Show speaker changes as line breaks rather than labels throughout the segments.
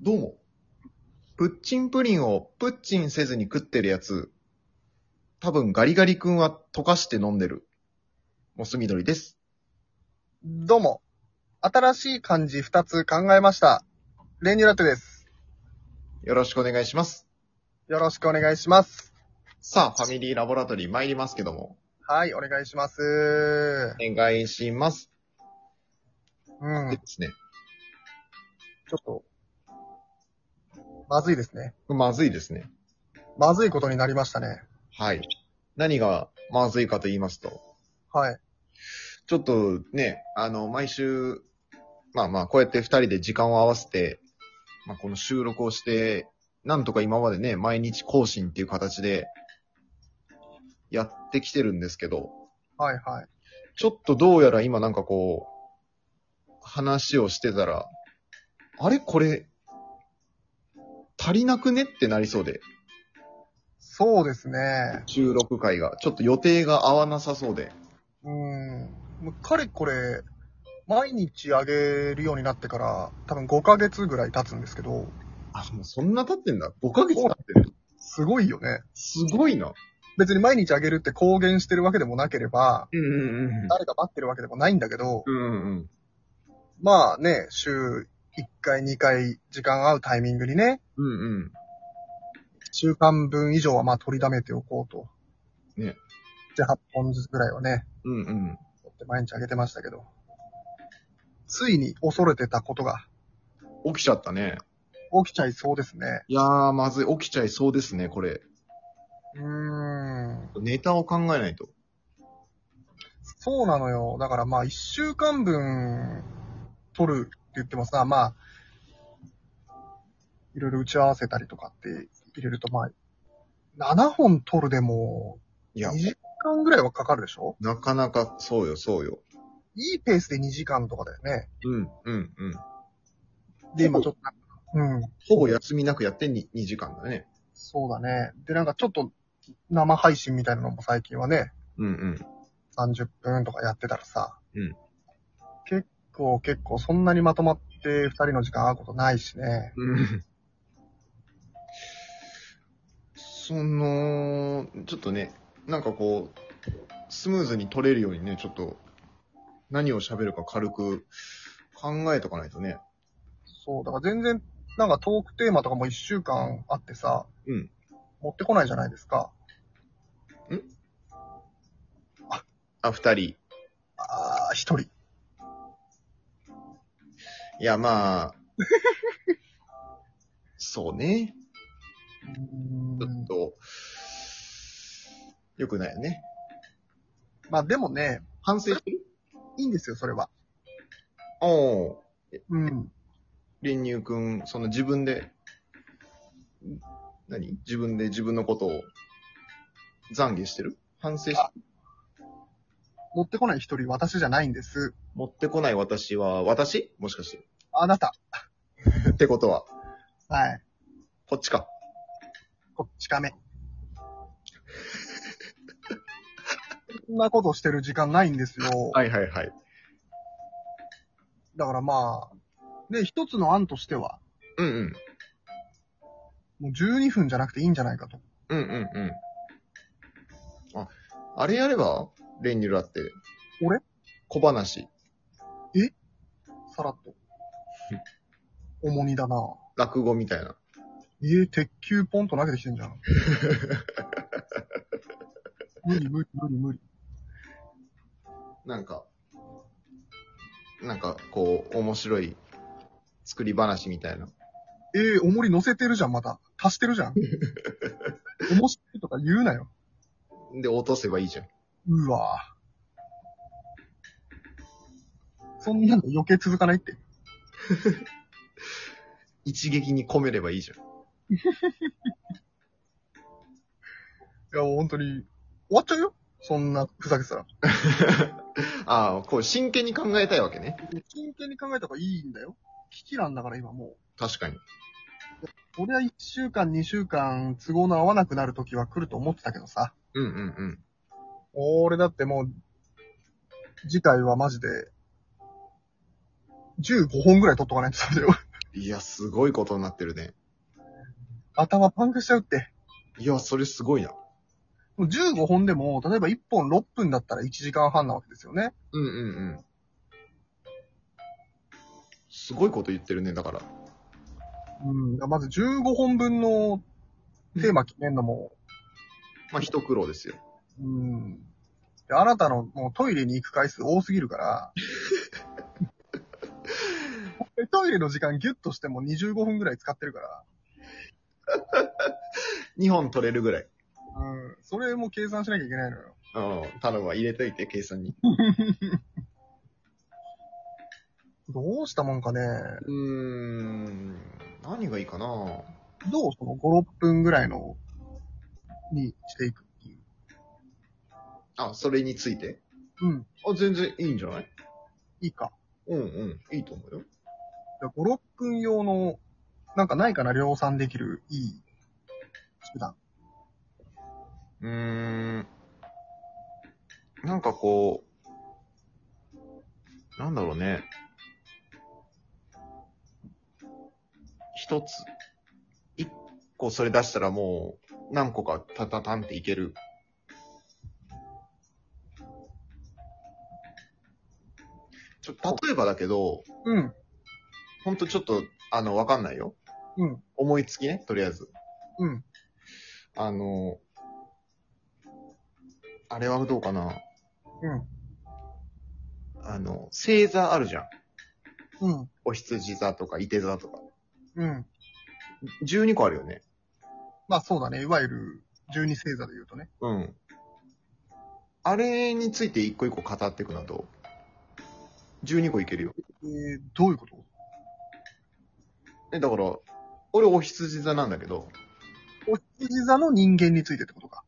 どうも。
プッチンプリンをプッチンせずに食ってるやつ、多分ガリガリ君は溶かして飲んでる。モス緑です。
どうも。新しい漢字二つ考えました。レニュラテです。
よろしくお願いします。
よろしくお願いします。
さあ、ファミリーラボラトリー参りますけども、
はい、お願いします。
お願いします。
うん、
で
ち
ですね、
ょっと、まずいですね。
まずいですね。
まずいことになりましたね。
はい。何がまずいかと言いますと、
はい。
ちょっとね、あの、毎週、まあまあ、こうやって二人で時間を合わせて、まあ、この収録をして、なんとか今までね、毎日更新っていう形で、やってきてるんですけど、
はい、はい。
ちょっとどうやら今なんかこう、話をしてたら、あれこれ、足りなくねってなりそうで、
そうですね。
収録回が。ちょっと予定が合わなさそうで。
うん。もうかれこれ、毎日あげるようになってから、多分5ヶ月ぐらい経つんですけど、
あ、もうそんな経ってんだ。5ヶ月経ってる。
すごいよね。
すごいな。
別に毎日あげるって公言してるわけでもなければ、
うんうんうん。
誰か待ってるわけでもないんだけど、
うんうん。
まあね、週1回、2回、時間合うタイミングにね、
うん
週間分以上はまあ取りだめておこうと。
ね。
で、8本ずつぐらいはね、
うん。うんうん。
取って毎日あげてましたけど。ついに恐れてたことが
起きちゃったね。
起きちゃいそうですね。
いやー、まずい。起きちゃいそうですね、これ。
うーん。
ネタを考えないと。
そうなのよ。だからまあ1週間分取るって言ってもさ、まあ、いろいろ打ち合わせたりとかって入れるとまあ、7本取るでも、
いや
2、時間ぐらいはかかるでしょ
なかなか、そうよ、そうよ。
いいペースで2時間とかだよね。
うん、うん、うん。
で、今ちょっと、うん、
ほぼ休みなくやってに 2, 時間だね。
そうだね。で、なんかちょっと生配信みたいなのも最近はね、
うんうん。
30分とかやってたらさ、
うん
結構結構そんなにまとまって2人の時間合うことないしね。
うんその、ちょっとね、なんかこう、スムーズに取れるようにね、ちょっと、何を喋るか軽く考えとかないとね。
そう、だから全然、なんかトークテーマとかも1週間あってさ、
うん
持ってこないじゃないですか。
あ、二人。い
あー、1人。
や、まあ、そうね。ちょっと、よくないよね。
まあでもね、
反省してる
いいんですよ、それは。
おー。
うん。
練乳くん、その自分で、ん何自分で自分のことを懺悔してる反省し
あ持ってこない一人私じゃないんです。
持ってこない私は、私もしかして。
あなた。
ってことは、
はい。
こっちか。
こっち亀。そんなことしてる時間ないんですよ。
はいはいはい。
だからまあ、で、一つの案としては、
うんうん。
もう12分じゃなくていいんじゃないかと。
うんうんうん。あ、あれやれば練乳だって。
俺
小話。
さらっと。重荷だな。
落語みたいな。
えー、鉄球ポンと投げてきてんじゃん。無理無理無理無理。
なんか、なんかこう、面白い作り話みたいな。
えー、重り乗せてるじゃん、また。足してるじゃん。面白いとか言うなよ。
で、落とせばいいじゃん。
うわそんなの余計続かないって。
一撃に込めればいいじゃん。
いや、もう本当に、終わっちゃうよ。そんな、ふざけてたら。
ああ、こう真剣に考えたいわけね。
真剣に考えた方がいいんだよ。危機なんだから今も
確かに。
う。俺は1週間、2週間、都合の合わなくなる時は来ると思ってたけどさ。
うんうんうん。
俺だってもう、次回はマジで、15本ぐらい取っとかないとダメだよ。
いや、すごいことになってるね。
頭パンクしちゃうって。
いや、それすごいな。
もう15本でも、例えば1本6分だったら1時間半なわけですよね。
うんうんうん。すごいこと言ってるね、だから。
うん。まず15本分のテーマ決めるのも、
まあ、一苦労ですよ。
うん。であなたのもうトイレに行く回数多すぎるから、でトイレの時間ギュッとしても25分ぐらい使ってるから、
2本取れるぐらい。
うん。それも計算しなきゃいけないのよ。
うん。頼むわ、入れといて、計算に。
どうしたもんかね。
うーん。何がいいかな
どうその5、6分ぐらいの、にしていくっていう。
あ、それについて
うん。
あ、全然いいんじゃない
いいか。
うんうん。いいと思うよ。
じゃあ5、6分用の、なんかないかな、量産できる、いい、手段。
うーん。なんかこう、なんだろうね。一つ、一個それ出したらもう何個かタタタンっていける。ちょ、例えばだけど、
うん。
ほんとちょっと、あの、わかんないよ。
うん。
思いつきね、とりあえず。
うん。
あの、あれはどうかな。
うん。
あの、星座あるじゃん。
うん。
お羊座とか、いて座とか。
うん。
12個あるよね。
まあそうだね。いわゆる、十二星座で言うとね。
うん。あれについて一個一個語っていくなと、12個いけるよ。
えー、どういうこと
え、だから、俺お羊座なんだけど、
お羊座の人間についてってことか。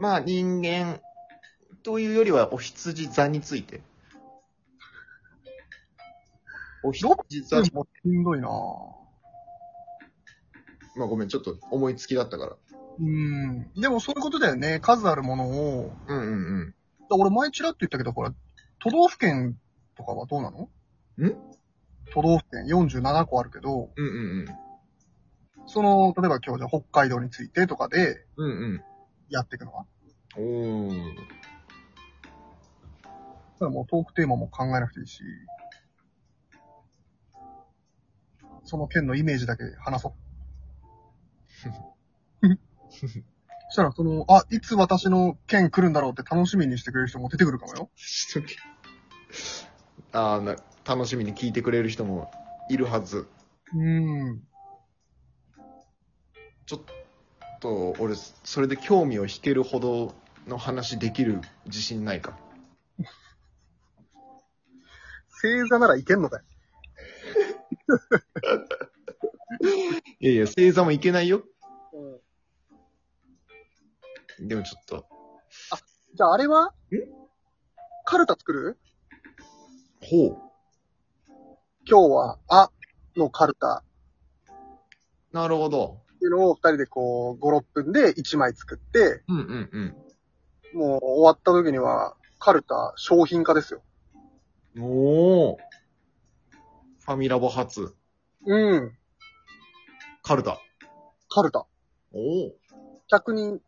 まあ人間というよりはお羊座について。お羊座
うん、もうしんどいなぁ。
まあごめん、ちょっと思いつきだったから。
うん。でもそういうことだよね。数あるものを。
うんうんうん。
だ俺前ちらっと言ったけど、ほら、都道府県とかはどうなの
ん
都道府県47個あるけど、
うんうん
その、例えば今日じゃあ北海道についてとかで
うん。うん
やっていくのは。
うん。おー。
だからもうトークテーマも考えなくていいし、その県のイメージだけ話 そう。そしたらその、あ、いつ私の県来るんだろうって楽しみにしてくれる人も出てくるかもよ。
あーな、楽しみに聞いてくれる人もいるはず。
うーん。
ちょっと、俺、それで興味を引けるほどの話できる自信ないか。
星座ならいけんのかよ。
いやいや、星座もいけないよ。でもちょっと。
じゃああれは
え
カルタ作る
ほう。
今日は、あのカルタ
なるほど。
っていうのを二人でこう、5、6分で1枚作って、
うんうんうん。
もう終わった時には、カルタ商品化ですよ。
おー。ファミラボ初、
うん。
カルタ。
カルタ。
おー。
100人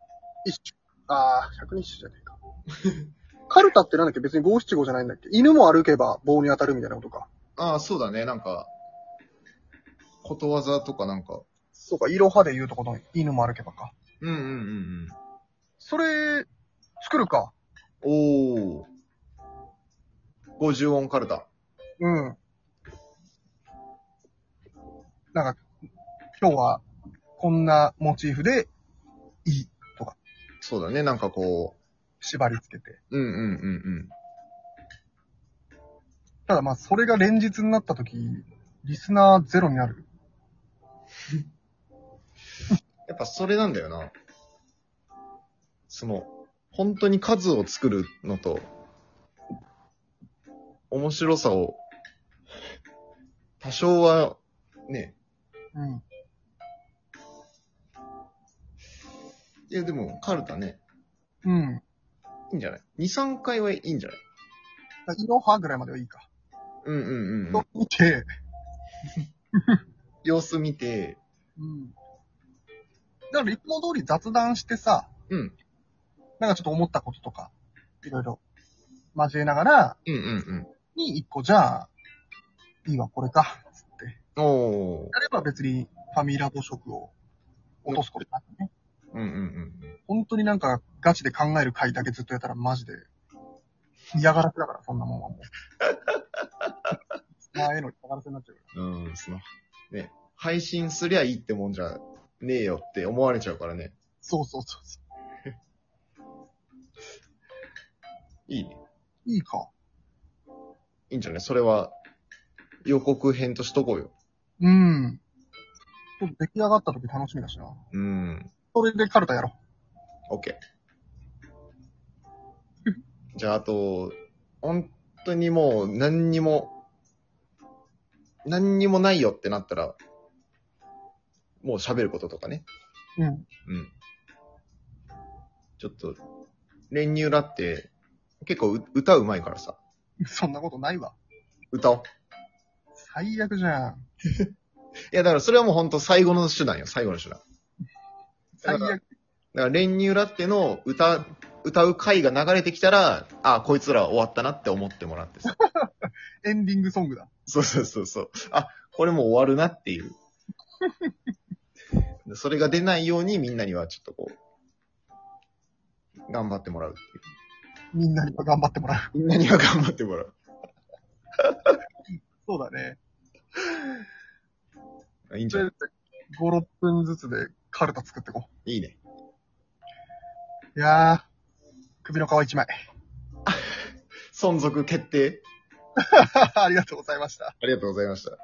一首。あー、100人一首じゃねえか。 カルタってなんだっけ別に五七五じゃないんだっけ犬も歩けば棒に当たるみたいなことか。
ああ、そうだね、なんか、ことわざとかなんか。
そうか、いろはで言うとこの犬も歩けばか。
うんうんうん
それ、作るか。
うん。おー。50音カルタ。
うん。なんか、今日は、こんなモチーフで、いい、
そうだね、なんかこ
縛り付けて。
う。うんうんうん
ただまあ、それが連日になった時、リスナーゼロになる。
うん。やっぱそれなんだよな。その、本当に数を作るのと、面白さを、多少は、ね、
うん。
いやでも、カルタね、
うん。
いいんじゃない ?2、3回はいいんじゃない
イロハぐらいまではいいか。
うんうんうんうん。
見て、
様子見て、
うん。だからいつも通り雑談してさ、
うん、
なんかちょっと思ったこととか、いろいろ交えながら、
うんうん
に一個じゃあ、いいわ、これか、つって。
うん。おー。
やれば別にファミラボ食を落とすことなくね。
うんうんうん。
本当になんかガチで考える回だけずっとやったらマジで嫌がらせだから、そんなもんはもう。前への嫌がらせになっちゃうか
うん、その、ね、配信すりゃいいってもんじゃねえよって思われちゃうからね。
ら。そうそうそうそ
いいね。
う。いいか。
いいんじゃないそれは、予告編としとこうよ。
うん。ちょっと出来上がった時楽しみだしな。
うん。
それでカルタやろ
オッケー。じゃあ、あと、本当にもう、何にも、何にもないよってなったら、もう喋ることとかね。
う。うん。
うん。ちょっと、練乳ラって、結構う歌うまいからさ、
そんなことないわ。
歌おう。
最悪じゃん。
いや、だからそれはもう本当最後の手段よ、最後の手段。
最悪。
だから練乳ラテの歌、歌う回が流れてきたら、あ、こいつらは終わったなって思ってもらってさ。
エンディングソングだ。
そうそうそうそう。あ、これもう終わるなっていう。それが出ないようにみんなにはちょっとこう、頑張ってもらうっていう。
みんなには頑張ってもらう。
みんなには頑張ってもらう。
そうだね。
あいいんじ
と
ゃ
りあ
な
えず5、6分ずつでカルタ作ってこ
いいいね。
う。いやー、首の皮一枚。
存続決定。
ありがとうございました。
ありがとうございました。